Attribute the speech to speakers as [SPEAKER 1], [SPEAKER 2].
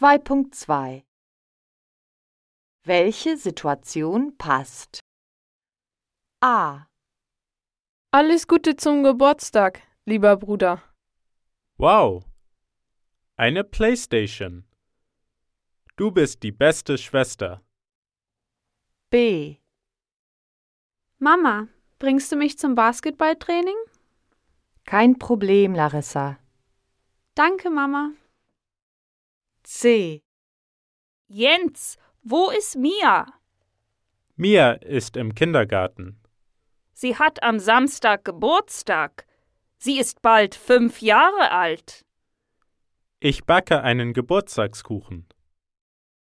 [SPEAKER 1] 2.2 Welche Situation passt? A.
[SPEAKER 2] Alles Gute zum Geburtstag, lieber Bruder.
[SPEAKER 3] Wow. Eine Playstation. Du bist die beste Schwester.
[SPEAKER 1] B.
[SPEAKER 2] Mama, bringst du mich zum Basketballtraining?
[SPEAKER 1] Kein Problem, Larissa.
[SPEAKER 2] Danke, Mama.
[SPEAKER 1] C.
[SPEAKER 4] Jens, wo ist Mia?
[SPEAKER 3] Mia ist im Kindergarten.
[SPEAKER 4] Sie hat am Samstag Geburtstag. Sie ist bald fünf Jahre alt.
[SPEAKER 3] Ich backe einen Geburtstagskuchen.